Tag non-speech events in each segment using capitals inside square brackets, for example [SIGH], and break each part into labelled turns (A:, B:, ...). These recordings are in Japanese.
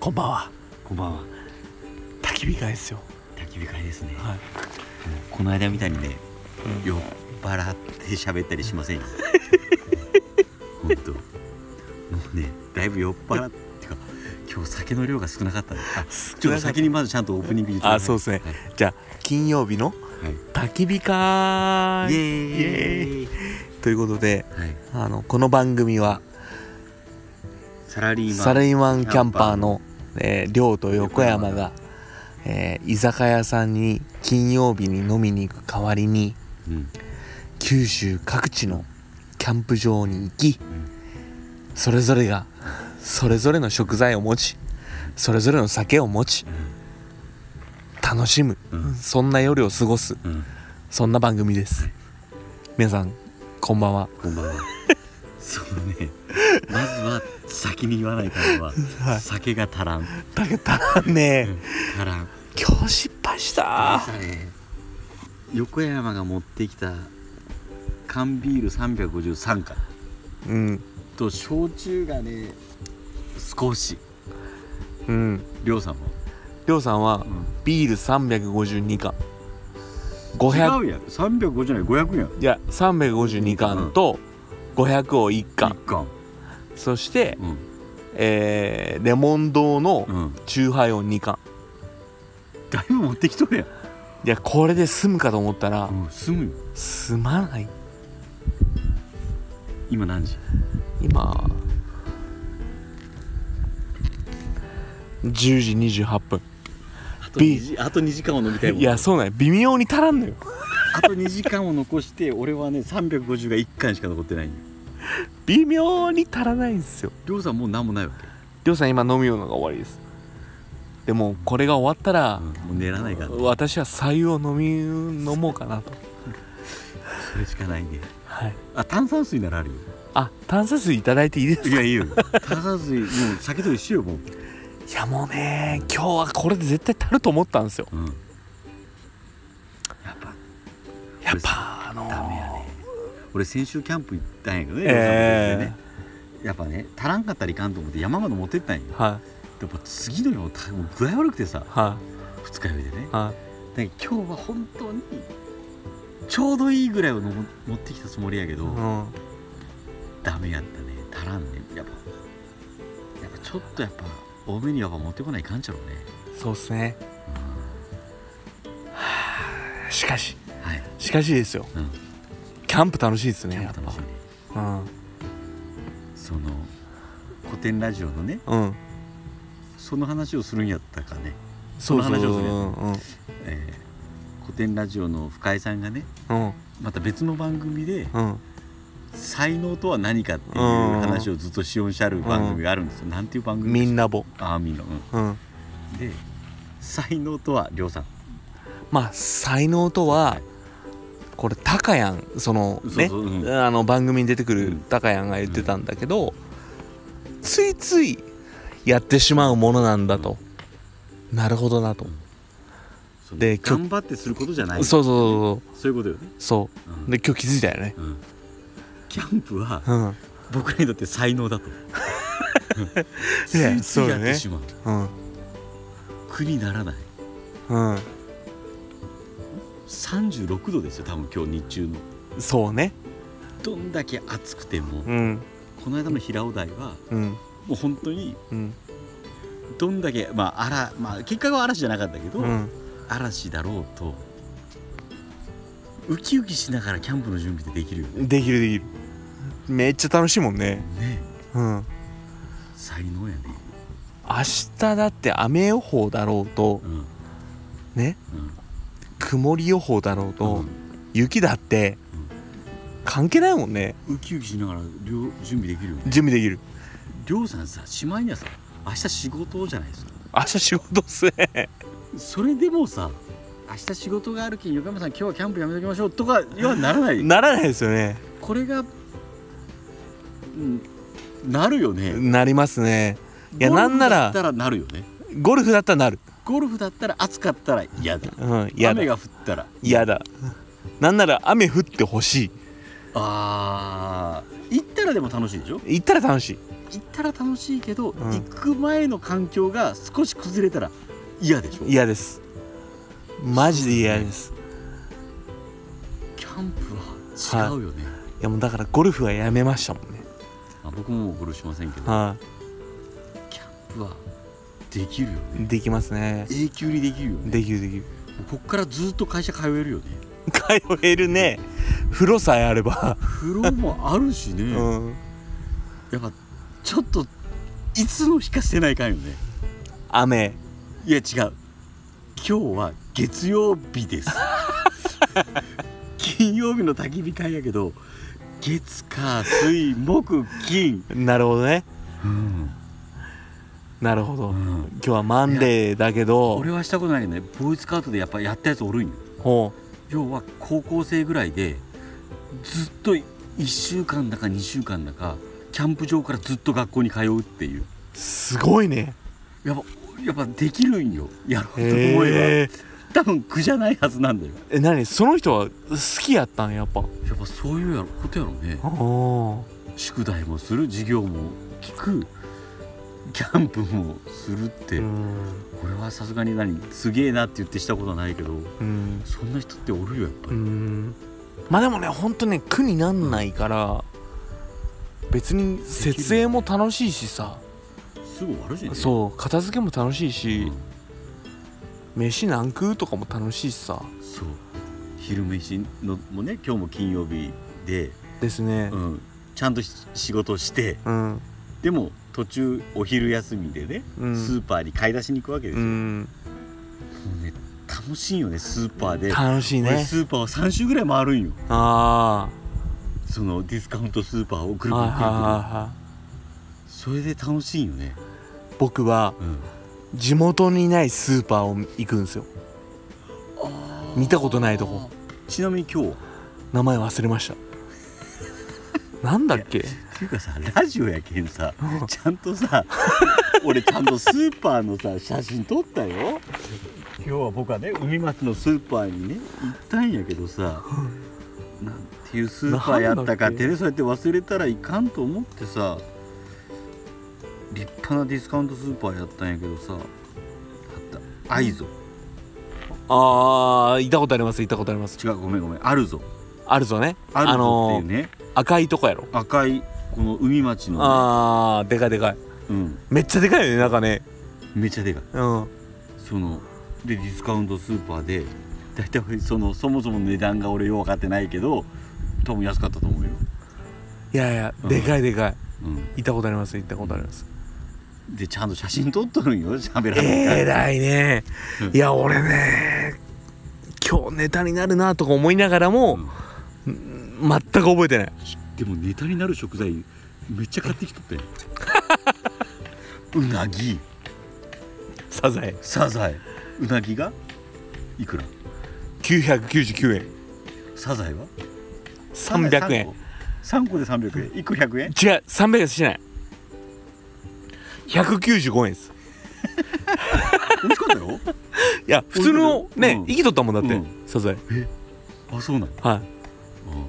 A: こんばんは
B: こんばんは
A: 焚き火会ですよ
B: 焚き火会ですね、
A: はい、
B: この間みたいにね
A: よ
B: 酔っ払って喋ったりしま
A: [LAUGHS]
B: せんよほんともうねだいぶ酔っ払ってか今日酒の量が少なかったねあちょっと先にまずちゃんとオープニング言って
A: あそうですねじゃあ金曜日の焚き火
B: はい、
A: 会
B: イエーイ
A: イエーイということで
B: はい、
A: あのこの番組は
B: サラリーマン
A: サラリーマンキャンパーのえー亮と横山
B: 横
A: が、えー居酒屋さんに金曜日に飲みに行く代わりに
B: うん、うん
A: 九州各地のキャンプ場に行きそれぞれがそれぞれの食材を持ちそれぞれの酒を持ち楽しむ、
B: うん
A: そんな夜を過ごす
B: うんうん、
A: そんな番組です皆さんこんばんは
B: こん
A: [LAUGHS]
B: ばんはそうねまずは先に言わないからは、
A: はい
B: 酒が足らん、
A: だけど足らんね
B: うん足らん
A: 今日失敗した
B: さね横山が持ってきた缶ビール353缶
A: うん
B: と焼酎がね少し
A: うん
B: りょうさんも、
A: りょうさんはビール352缶500
B: 違うやん350じゃない500やん
A: いや352缶と500を1
B: 缶
A: 缶、そして、
B: うん
A: えーレモン堂の
B: うん
A: チューハイを2缶
B: だいぶ持ってきとるや
A: い
B: ん、
A: やこれで済むかと思ったら、
B: うん、済むよ
A: 済まない
B: 今何時
A: 今10時28分
B: あ
A: と二時
B: あと2時間は飲みた
A: いやそうなんや微妙に足らんのよ
B: あと2時間を残して俺はね350が1缶しか残ってないんよ
A: 微妙に足らないんですよ
B: りょうさんもう何もないわけ
A: りょうさん今飲み物が終わりですでもこれが終わったら、
B: うんもう寝らないから
A: 私は白湯を飲み飲もうかなと
B: それしかないね
A: はい
B: あ炭酸水ならあるよ
A: あ炭酸水いただいていいですか
B: いやいいよ炭酸水もう酒と一緒よもう、
A: いやもうね今日はこれで絶対足ると思ったんですよ
B: うん、やっぱ
A: やっぱあのー
B: ダメやね俺先週キャンプ行ったんやけどね,、
A: え
B: ねやっぱね足らんかったらいかんと思って山まで持ってったんや
A: えはい
B: でも次の日もたもう具合悪くてさ
A: は
B: 二日酔いでね
A: いはい
B: で今日は本当にちょうどいいぐらいをの持ってきたつもりやけど、
A: うん
B: ダメやったね足らんねやっぱやっぱちょっとやっぱ多めにやっぱ持ってこないかんちゃろうね、
A: そうっすねはあしかし
B: はい、
A: しかしですよ
B: うん、
A: キャンプ楽しいですね
B: キャ
A: や
B: ン
A: っ
B: プ楽しいね
A: ぱ
B: その古典ラジオのね
A: うんうん
B: その話をするんやったかね、
A: そうそう
B: この話をす
A: う
B: る
A: んうん
B: えー古典ラジオの深井さんがね
A: うん
B: また別の番組で
A: うん
B: 才能とは何かっていう
A: うん
B: 話をずっとしおんしゃる番組があるんですよ、なんていう番組
A: みん
B: な
A: なぼ
B: あーみんな、うん
A: うん
B: で才能とはりょうさん
A: まあ才能とはこれタカヤンその
B: そう
A: ね
B: そううん
A: あの番組に出てく
B: う
A: る
B: ん
A: タカヤンが言ってたんだけどついついやってしまうものなんだとなるほどなと
B: その
A: できょ
B: 頑張ってすることじゃない
A: そうそうそう
B: そういうことよね、
A: そううんで今日気づいたよね
B: うんキャンプは
A: うん
B: 僕らにとって才能だと
A: [LAUGHS]
B: つ
A: いや
B: いつ
A: そ
B: いや
A: う
B: っ
A: だね
B: てしまう
A: うん
B: 苦にならない
A: うん
B: 36度ですよ多分今日日中の
A: そうね
B: どんだけ暑くても、
A: うん
B: この間の平尾台は
A: うん
B: もう本当に
A: うん
B: どんだけまあ嵐まあ結果は嵐じゃなかったけど、
A: うん
B: 嵐だろうとウキウキしながらキャンプの準備ってできるよね
A: できるできるめっちゃ楽しいもんね
B: ね
A: うん
B: 才能やね
A: 明日だって雨予報だろうと
B: うん
A: ね曇り予報だろう
B: う
A: と、
B: ん、
A: 雪だって
B: うん
A: 関係ないもんね
B: うん、ウキウキしながらりょう準備できるよね
A: 準備できる
B: りょうさんさしまいにはさ明日仕事じゃないですか
A: 明日仕事っすね [LAUGHS]
B: それでもさ明日仕事があるけん横山さん今日はキャンプやめときましょうとかにはならない
A: ならないですよね
B: これが、うん、なるよね
A: なりますねいや
B: ゴル
A: な
B: フ
A: んな
B: だ
A: ら
B: ったらなるよね
A: ゴルフだったらなる
B: ゴルフだったら暑かったら嫌だ
A: うん嫌
B: 雨
A: だ
B: が降ったら
A: 嫌だなんなら雨降ってほし
B: あー行ったらでも楽しいでしょ
A: い行ったら楽しい
B: 行ったら楽しいけど、
A: ん
B: 行く前の環境が少し崩れたら嫌でしょ
A: 嫌ですマジで嫌です
B: キャンプは違うよね、
A: いやもうだからゴルフはやめましたもんね
B: あ僕もゴルフしませんけど
A: は
B: キャンプはできるよね
A: いできますね
B: 永久にできるよね
A: できるでき [LAUGHS] る
B: こっからずっと会社通えるよね
A: 通えるね風呂さえあれば
B: 風呂もあるしね、
A: うん
B: やっぱちょっといつの日かしてないかんよね
A: 雨
B: いや違う今日は月曜日です [LAUGHS] 金曜日の焚き火会やけど月火水木金、
A: なるほどね
B: うん
A: なるほど、今日はマンデーだけど
B: 俺はしたことないけどねボーイスカウトでやっぱやったやつおるんよ
A: ほ
B: 要は高校生ぐらいでずっと1週間だか2週間だかキャンプ場からずっと学校に通うっていう
A: うすごいね
B: やっぱやっぱできるんよやろうと思えば
A: へえ
B: 多分苦じゃないはずなんだよ
A: え何その人は好きやったんやっぱ
B: やっぱそういうやろことやろね
A: お
B: 宿題もする授業も聞くキャンプもするって、
A: うん
B: これはさすがに何すげえなって言ってしたことはないけど
A: うん
B: そんな人っておるよやっぱ
A: う
B: り、
A: んまあでもねほんとね苦になんないから別に設営も楽しいしさ
B: すぐ終わるしねう、
A: そう片付けも楽しいし
B: ん、
A: 飯何食うとかも楽しいしさ
B: そう昼飯のもね今日も金曜日で、
A: ですね
B: うん、ちゃんとし仕事して
A: うん
B: でも途中お昼休みでね、
A: うん
B: スーパーに買い出しに行くわけです
A: う
B: よ、
A: ん
B: もうね楽しいよねスーパーで、
A: 楽しい
B: 俺
A: ね
B: スーパーを3周ぐらい回るんよ
A: あ
B: そのディスカウントスーパーをぐ
A: あ
B: るぐ
A: は
B: る
A: いはい
B: ぐるぐる
A: はいはい
B: それで楽しいよね、
A: 僕は
B: うん、
A: 地元にないスーパーを行くんですよ見たことないとこ
B: ちなみに今日っ
A: 名前忘れま
B: [LAUGHS]
A: したなんだっけ
B: ていう
A: [LAUGHS]
B: かさラジオやけんさちゃんとさ俺ちゃんとスーパーのさ写真撮ったよ今日は僕はね海町のスーパーにね行ったんやけどさなんていうスーパーやったかってねそうやって忘れたらいかんと思ってさ立派なディスカウントスーパーやったんやけどさあったアイゾ
A: ああ行ったことあります行ったことあります
B: 違うごめんごめんあるぞ
A: あるぞね
B: ある
A: あ
B: ぞ
A: の
B: っ
A: ー
B: ていうね、
A: 赤いとこやろ
B: 赤いこの海町の、
A: あーでかいでかい
B: うん、
A: めっちゃでかいよねなんかね
B: めちゃでかい
A: うん
B: そのでディスカウントスーパーで大体俺そのそもそもの値段が俺よく分かってないけど多分安かったと思うよ、
A: いやいや
B: うん
A: でかいでかい
B: うん、
A: 行ったことあります行ったことあります
B: でちゃんと写真撮っとるんよ喋らないから
A: えらいね
B: うん
A: いや俺ね今日ネタになるなとか思いながらも
B: うん
A: 全く覚えてない
B: でもネタになる食材めっちゃ買ってきとったようなぎ
A: サザエ
B: サザエうなぎがいくら
A: 999円
B: サザエは
A: 300円
B: 3個で300円1個100円
A: 違う300円しない195円です
B: 美味しかったよ
A: いや普通の
B: うん
A: ね生きとったもんだって、
B: うん
A: サザエ
B: あそうなの
A: は
B: うん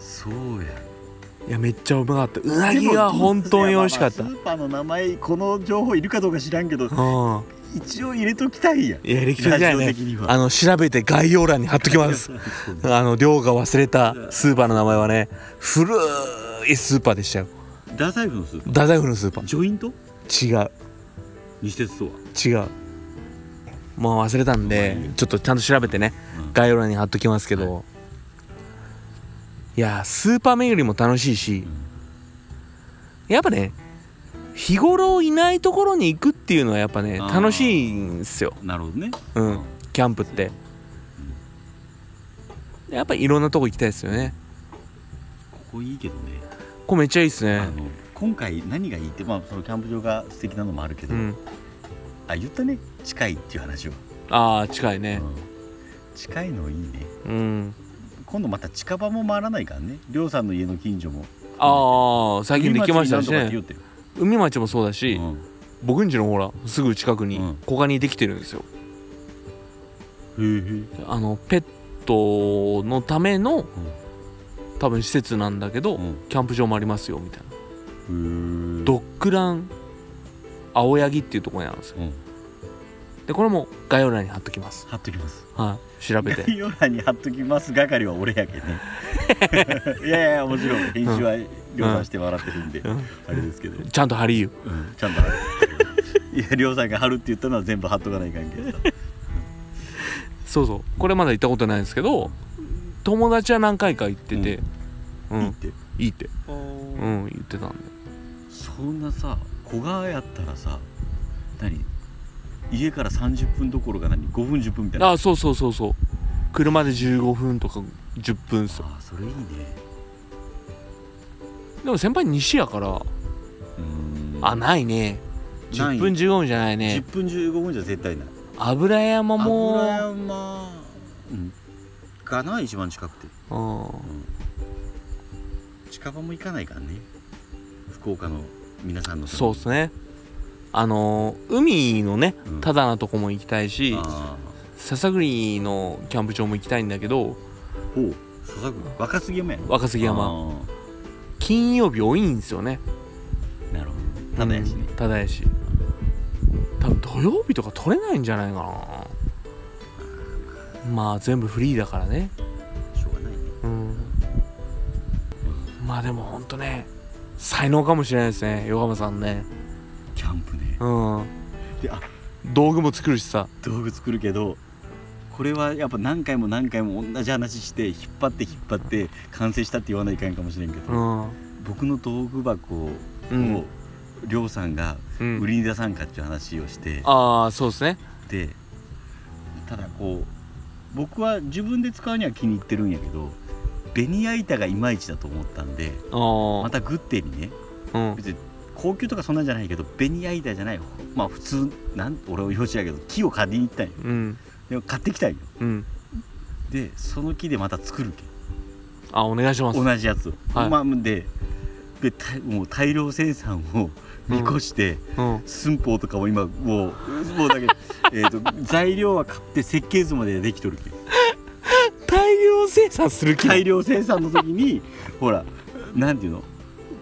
B: そうや
A: いいやめっちゃうまかったうなぎが本当に美味しかった
B: でもスーパーの名前この情報いるかどうか知ら
A: [LAUGHS]
B: んけど
A: うん
B: 一応入れときたいやん
A: いや歴史じゃない
B: ラジオ
A: ね
B: 的には
A: あの調べて概要欄に貼っときますあの亮が忘れたスーパーの名前はね古いスーパーでしたよ
B: [LAUGHS] ダサイフのスーパ
A: 太宰府のスーパ
B: ージョイント
A: ー違う
B: 西鉄とは
A: 違うもう忘れたんで
B: まあいいよ
A: ちょっとちゃんと調べてね
B: うん
A: 概要欄に貼っときますけど、い、やースーパー巡りも楽しいし、やっぱね日頃いないところに行くっていうのはやっぱね
B: あー
A: 楽しいんですよ
B: なるほどね
A: うん、
B: うん
A: キャンプって、やっぱいろんなとこ行きたいですよね
B: ここいいけどね
A: これめっちゃいいっすね
B: あの今回何がいいってまあそのキャンプ場が素敵なのもあるけ
A: う
B: ど
A: ん
B: あ言ったね近いっていう話を
A: ああ近いね
B: うん近いのいいね
A: うん
B: 今度また近場も回らないからねりょうさんの家の近所も
A: ああ最近できましたし
B: 海町になんとかって言
A: ね
B: うてよ
A: 海町もそうだし、
B: うん
A: 僕んちのほらすぐ近くに
B: うん
A: 小ガニできてるんですよ、
B: へえへえ
A: あのペットのための多分施設なんだけど、
B: うん
A: キャンプ場もありますよみたいな
B: へー
A: ドッグラン青柳っていうところにあるんですよ
B: うん
A: でこれも概要欄に貼っときます
B: 貼っときます
A: はい調べて [LAUGHS]
B: 概要欄に貼っときます係は俺やけどいやいやもちろん編集は量産して笑ってるんで、
A: うん
B: あれですけど、
A: ちゃんと貼りよ
B: うん、ちゃんと貼る
A: [LAUGHS]
B: いや量産が貼るって言ったのは全部貼っとかないかんけどさ
A: そうそうこれまだ行ったことないんですけど友達は何回か行っててうん、
B: いいって
A: いいってう
B: うん
A: 言ってたんで
B: そんなさ小川やったらさ何家から30分どころか何5分10分みたいな
A: あそうそうそうそう車で15分とか10分っすよ
B: あそれいいね
A: でも先輩西やから
B: うーん
A: あないね
B: ない
A: 10分15分じゃない
B: 10
A: ね
B: 分15分じゃ絶対ない
A: 油山
B: 油
A: も
B: 山、うん、がな一番近くて
A: うん
B: 近場も行かないからね福岡の皆さんの
A: そうっすねあのー海のね
B: うん
A: ただなとこも行きたいし
B: あ
A: 笹栗のキャンプ場も行きたいんだけど
B: ーおう笹倉若杉山やろ
A: 若杉山
B: あ
A: 金曜日多いんですよね
B: ーなるほどただやしね
A: うん、ただやし多分土曜日とか取れないんじゃないかなまあ全部フリーだからね
B: しょうがないね
A: うんまあでもほんとね才能かもしれないですね横浜さんね
B: キャンプね
A: うん
B: であ
A: 道具も作るしさ
B: 道具作るけどこれはやっぱ何回も何回も同じ話して引っ張って引っ張って完成したって言わないかんかもしれんけど、
A: うん
B: 僕の道具箱を
A: うん、
B: りょうさんが
A: うん
B: 売りに出さんかっていう話をして、
A: ああそうですね
B: でただこう僕は自分で使うには気に入ってるんやけどベニヤ板がいまいちだと思ったんで
A: ああ
B: またグッデにね
A: うん
B: 別に高級とかそんなんじゃないけどベニヤ板じゃないまあ普通なん俺は用紙やけど木を買いに行ったんよ
A: うん
B: でも買ってきたんよ
A: うん
B: でその木でまた作るけ
A: あお願いします
B: 同じやつを、
A: はい
B: まあででたもう大量生産を見越して、
A: うん
B: 寸法とかも今もうもうだけど [LAUGHS] えーと材料は買って設計図までできとるけ
A: 大量生産する気
B: 大量生産の時にほらなんていうの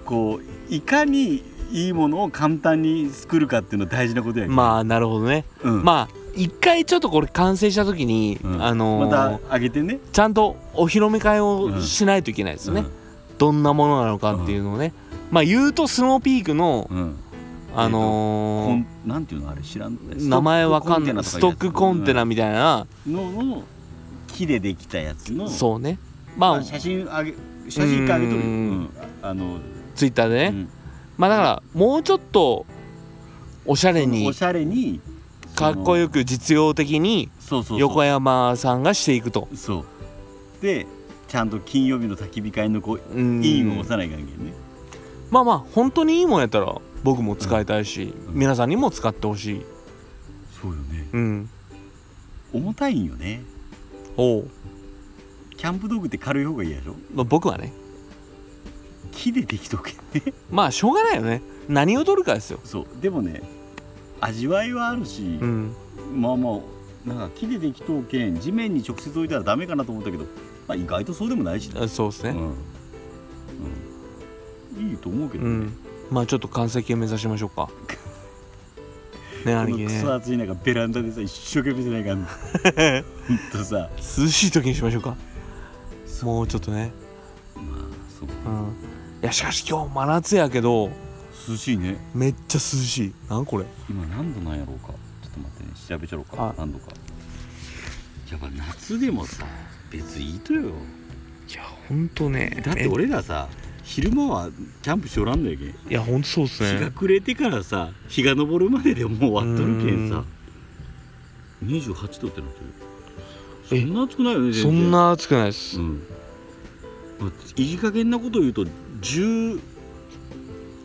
B: こういかにいいものを簡単に作るかっていうのは大事なことやけど
A: まあなるほどね
B: あ、うん
A: まあ一回ちょっとこれ完成した時に、
B: うん
A: あのー
B: また上げてね
A: ちゃんとお披露目会をしないといけないですね、どんなものなのかっていうのをね、まあ言うとスノーピークの、
B: うんうん
A: あの
B: こ
A: ー
B: んなんていうのあれ知らん
A: 名前わかんないストックコンテナ
B: の
A: みたいな、
B: の木でできたやつの
A: そうねまあ
B: の写真あげ写真一回あげとるよ、
A: う
B: うんんあの
A: ツイッターでね、
B: うん
A: まあだからもうちょっとおしゃれ
B: お
A: に
B: しゃれに
A: かっこよ
B: く
A: く実用的に
B: そうそうそう
A: 横山さんがしていくと。
B: そうでちゃんと金曜日の焚き火会のこう
A: うん
B: いいもん押さないかんけんね
A: まあまあ本当にいいもんやったら僕も使いたいし、
B: うん
A: 皆さんにも使ってほしい。
B: そうよね
A: うん、
B: 重たいんよね
A: おう、
B: キャンプ道具って軽い方がいいやろ
A: まあ、僕はね
B: 木でできとけね [LAUGHS]
A: まあしょうがないよね何を取るかですよ。
B: そうでもね味わいはあるし、
A: うん、
B: まあまあなんか木でできとうけん地面に直接置いたらダメかなと思ったけど、まあ、意外とそうでもないしね
A: あそうです
B: うん
A: ね。
B: うんいいと思うけ
A: う
B: ど
A: ん、
B: ね、
A: まあちょっと完成形目指しましょうか。ね
B: こ
A: 兄
B: の
A: 貴
B: ク
A: ね
B: ソ暑い中ベランダでさ一生懸命じゃな
A: [LAUGHS]
B: いかんのほんとさ
A: 涼しい時にしましょうか。もうちょっとね。
B: まあそう
A: うん、いやしかし今日真夏やけど
B: 涼しいね
A: めっちゃ涼しい。なんこれ。
B: 今何度なんやろうかちょっと待ってね調べちゃろう
A: は
B: か
A: い
B: 何度かやっぱ夏でもさ別にいいとよ
A: いや本当ね。
B: だって俺らさ昼間はキャンプしとらんのやけん
A: いや本当そうです
B: 日が
A: ね。
B: 暮れてからさ日が昇るまででもう終わっとるけん
A: う
B: さ
A: ん
B: 28度ってなって
A: え
B: るそんな暑くないよね全
A: そ
B: 然
A: んな暑くないです。
B: うんまあいい加減なこと言うと10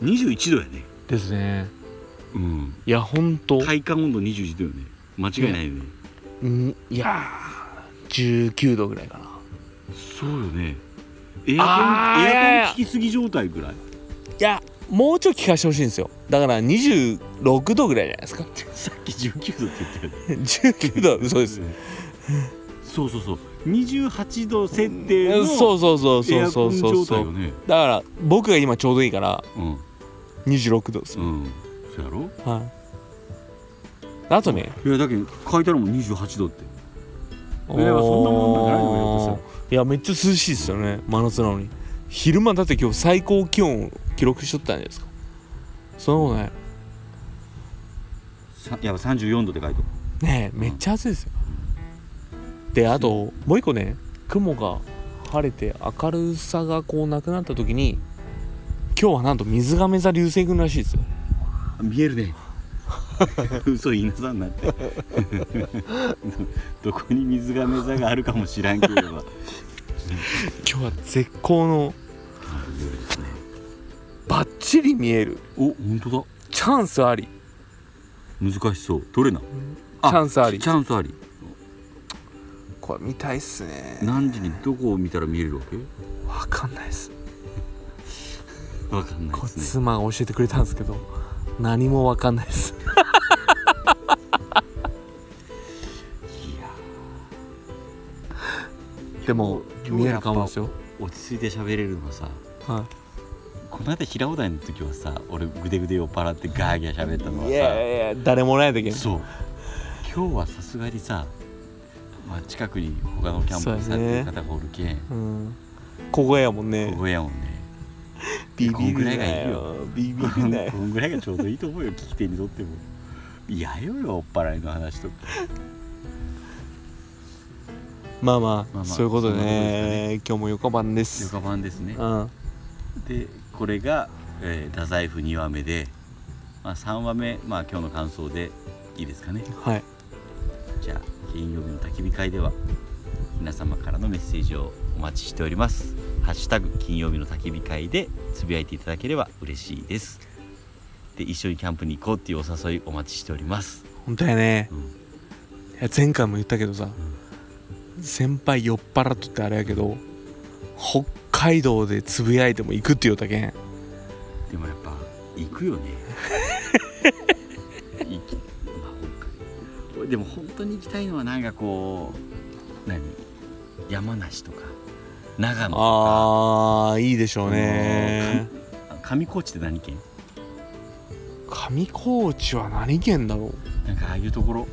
B: 21度やね
A: ですね。
B: うん
A: いや本当。
B: 体感温度21度よね間違いないよね、
A: うんいやー19度ぐらいかな
B: そうよねエ
A: あ
B: ア
A: ー
B: コン
A: いやい
B: エア
A: や
B: コン効きすぎ状態ぐらい
A: いやもうちょい聞かしてほしいんですよだから26度ぐらいじゃないですか [LAUGHS]
B: さっき19度って言ったよね
A: 19度は嘘です
B: [LAUGHS] そうそうそう28度設定
A: うん
B: の
A: そうそうそう
B: エ
A: そうそ
B: アコ
A: う
B: ン
A: そう
B: 状
A: そ
B: 態よ
A: う
B: ね
A: だから僕が今ちょうどいいから
B: うん
A: 26度です、
B: うんそうやろ
A: はいあとね
B: いやだけど書いてあるもん28度っていやそんなもんなんじゃないのよひょっとし
A: いやめっちゃ涼しいですよね真夏なのに昼間だって今日最高気温を記録しとったんじゃないですかそんなこ
B: さやっぱ34度で書いて
A: とないねえめっちゃ暑いですよであともう一個ね雲が晴れて明るさがこうなくなった時に今日はなんと水亀座流星群らしいですよ
B: ある見えるね [LAUGHS] 嘘言いなさんなって [LAUGHS] どこに水が目座があるかもしらんければ
A: 今日は絶好のバッチリ見える
B: [LAUGHS] お本当だ
A: チャンスあり
B: 難しそうどれなチ
A: チャンスあり
B: チャンスあり
A: これ見たいっすね
B: 何時にどこを見たら見えるわけ
A: わかんないっす
B: わかんない
A: こう
B: ですね
A: 妻が教えてくれたんですけど何もわかんないです
B: いや
A: でも見えるかもですよ
B: 落ち着いて喋れるのはさ
A: は
B: この間平尾台の時はさ俺グデグデ酔っ払ってガーギャー喋ったのはい
A: い
B: さ
A: やいや誰もない時に
B: そう今日はさすがにさ、まあ、近くに他のキャンプされてる方がおるけん、
A: うん小声やもん
B: こ
A: ね
B: こやもんね
A: ビ
B: こん
A: ビ
B: ぐ
A: る
B: ら
A: ない
B: がいい
A: よ
B: よ
A: ビビ
B: こ
A: る
B: ん
A: なよ
B: [LAUGHS] こんぐらいがちょうどいいと思うよ聞き手にとってもやよよおっぱらいの話とか
A: まあま
B: まあ
A: あそういうことでね今日も横番です
B: 床版ですね
A: うん
B: でこれが、えー、太宰府2話目で、まあ、3話目、まあ、今日の感想でいいですかね
A: はい
B: じゃあ金曜日の焚き火会では皆様からのメッセージをお待ちしておりますハッシュタグ金曜日の焚き火会でつぶやいていただければ嬉しいですで一緒にキャンプに行こうっていうお誘いお待ちしております、
A: 本当やね
B: うん
A: いや前回も言ったけどさ先輩酔っ払っとってあれやけど北海道でつぶやいても行くって言うたけん
B: でもやっぱ行
A: [LAUGHS]
B: くよね行き、まあ、北海でも本当に行きたいのはなんかこう何山梨とか長野とか
A: あーいいでしょうね
B: あのか上高地って何県
A: 上高地は何県だろう
B: なんかああいうところ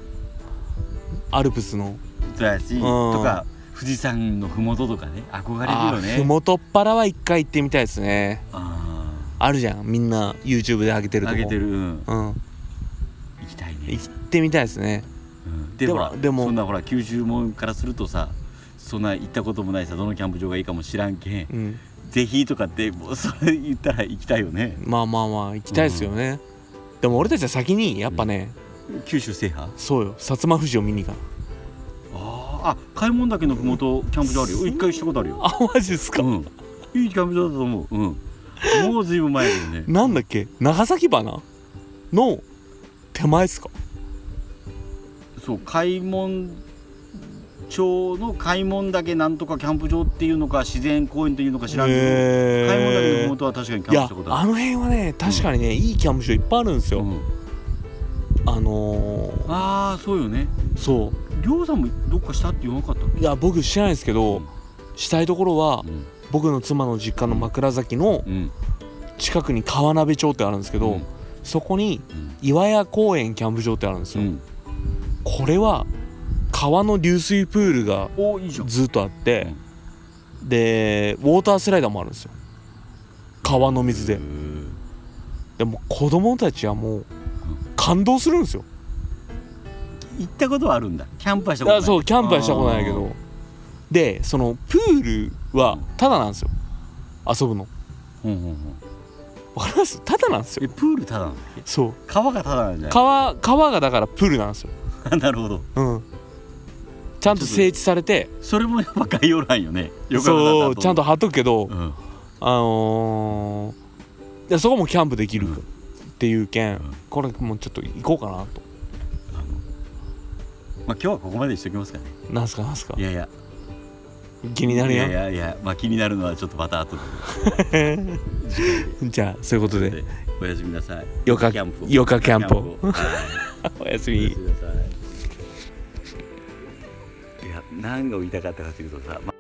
A: アルプスの
B: そうやし、
A: ん
B: とか富士山の麓とかね憧
A: あ
B: れる
A: ふ
B: よね
A: もとっぱらは一回行ってみたいですね
B: あ
A: あるじゃんみんな YouTube で上げてる
B: あ
A: と
B: 投
A: こ
B: げてる、うん、
A: うん
B: 行きたいね
A: 行、ってみたいですね
B: うん、で
A: で
B: ほ
A: も
B: ら
A: でも
B: そんなほら九州門からするとさそんな行ったこともないさどのキャンプ場がいいかも知らんけん
A: うん
B: ぜひとかってもうそれ言ったら行きたいよね
A: まあまあまあ行きたいですよね、でも俺たちは先にやっぱね、
B: 九州制覇
A: そうよ薩摩富士を見に行かな
B: あーあ開門岳のふもとキャンプ場あるよ一回したことあるよ
A: あマジですか、
B: うんいいキャンプ場だと思ううんもうずいぶん前だよね
A: なんだっけ長崎花の手前っすか
B: [LAUGHS] そう開門町の開門岳なんとかキャンプ場っていうのか自然公園というのか知らんけど、
A: へー
B: 開門岳のふもとは確かにキ
A: い
B: ャ
A: や
B: ンプしたことあ
A: あ
B: る
A: の辺はね確かにね、いいキャンプ場いっぱいあるんですよ、
B: うん
A: あのー、
B: ああそうよね
A: そ
B: りょうさんもどっかしたって言わなかったっけ
A: ういや僕知らないですけど、
B: うん
A: したいところは
B: うん
A: 僕の妻の実家の枕崎の
B: うん
A: 近くに川鍋町ってあるんですけど、
B: うん
A: そこに岩屋公園キャンプ場ってあるんです
B: う
A: よ、
B: ん
A: これは川の流水プールが
B: おいいじゃん
A: ずっとあって、でウォータースライダーもあるんですよ川の水で
B: へー
A: でも子供たちはもう感動するんですよ
B: 行ったことはあるんだキャンプはした
A: だ
B: こ
A: か
B: とな
A: らそ
B: い
A: うキャンプはしたことないけ
B: あー
A: どでそのプールはタダなんですよ遊ぶの
B: うんうんうん
A: わかりますタダなんですよ
B: えプールただなんだっけ
A: そう
B: 川がただなんじゃない
A: 川川がだからプールなんですよ
B: [LAUGHS] なるほど
A: うんちゃんと整地されて
B: それもやっぱ概要欄よねよかったな
A: そうちゃんと貼っとくけど、
B: うんうん
A: あのーでそこもキャンプできるっていう件、
B: ん
A: これもうちょっと行こうかなと
B: あのまあ今日はここまでにしときますかね
A: なんすかなんすか
B: いやいや
A: 気になる
B: い
A: や
B: や
A: ん
B: いやいやまあ気になるのはちょっとまた後で
A: じゃあそういうことで
B: でおやすみなさい
A: よか
B: キャンプを
A: よかキャンプを
B: キャンプをはい
A: [LAUGHS] おやす
B: おや
A: み
B: すみなさいいや何が言いたかったかというとさまあ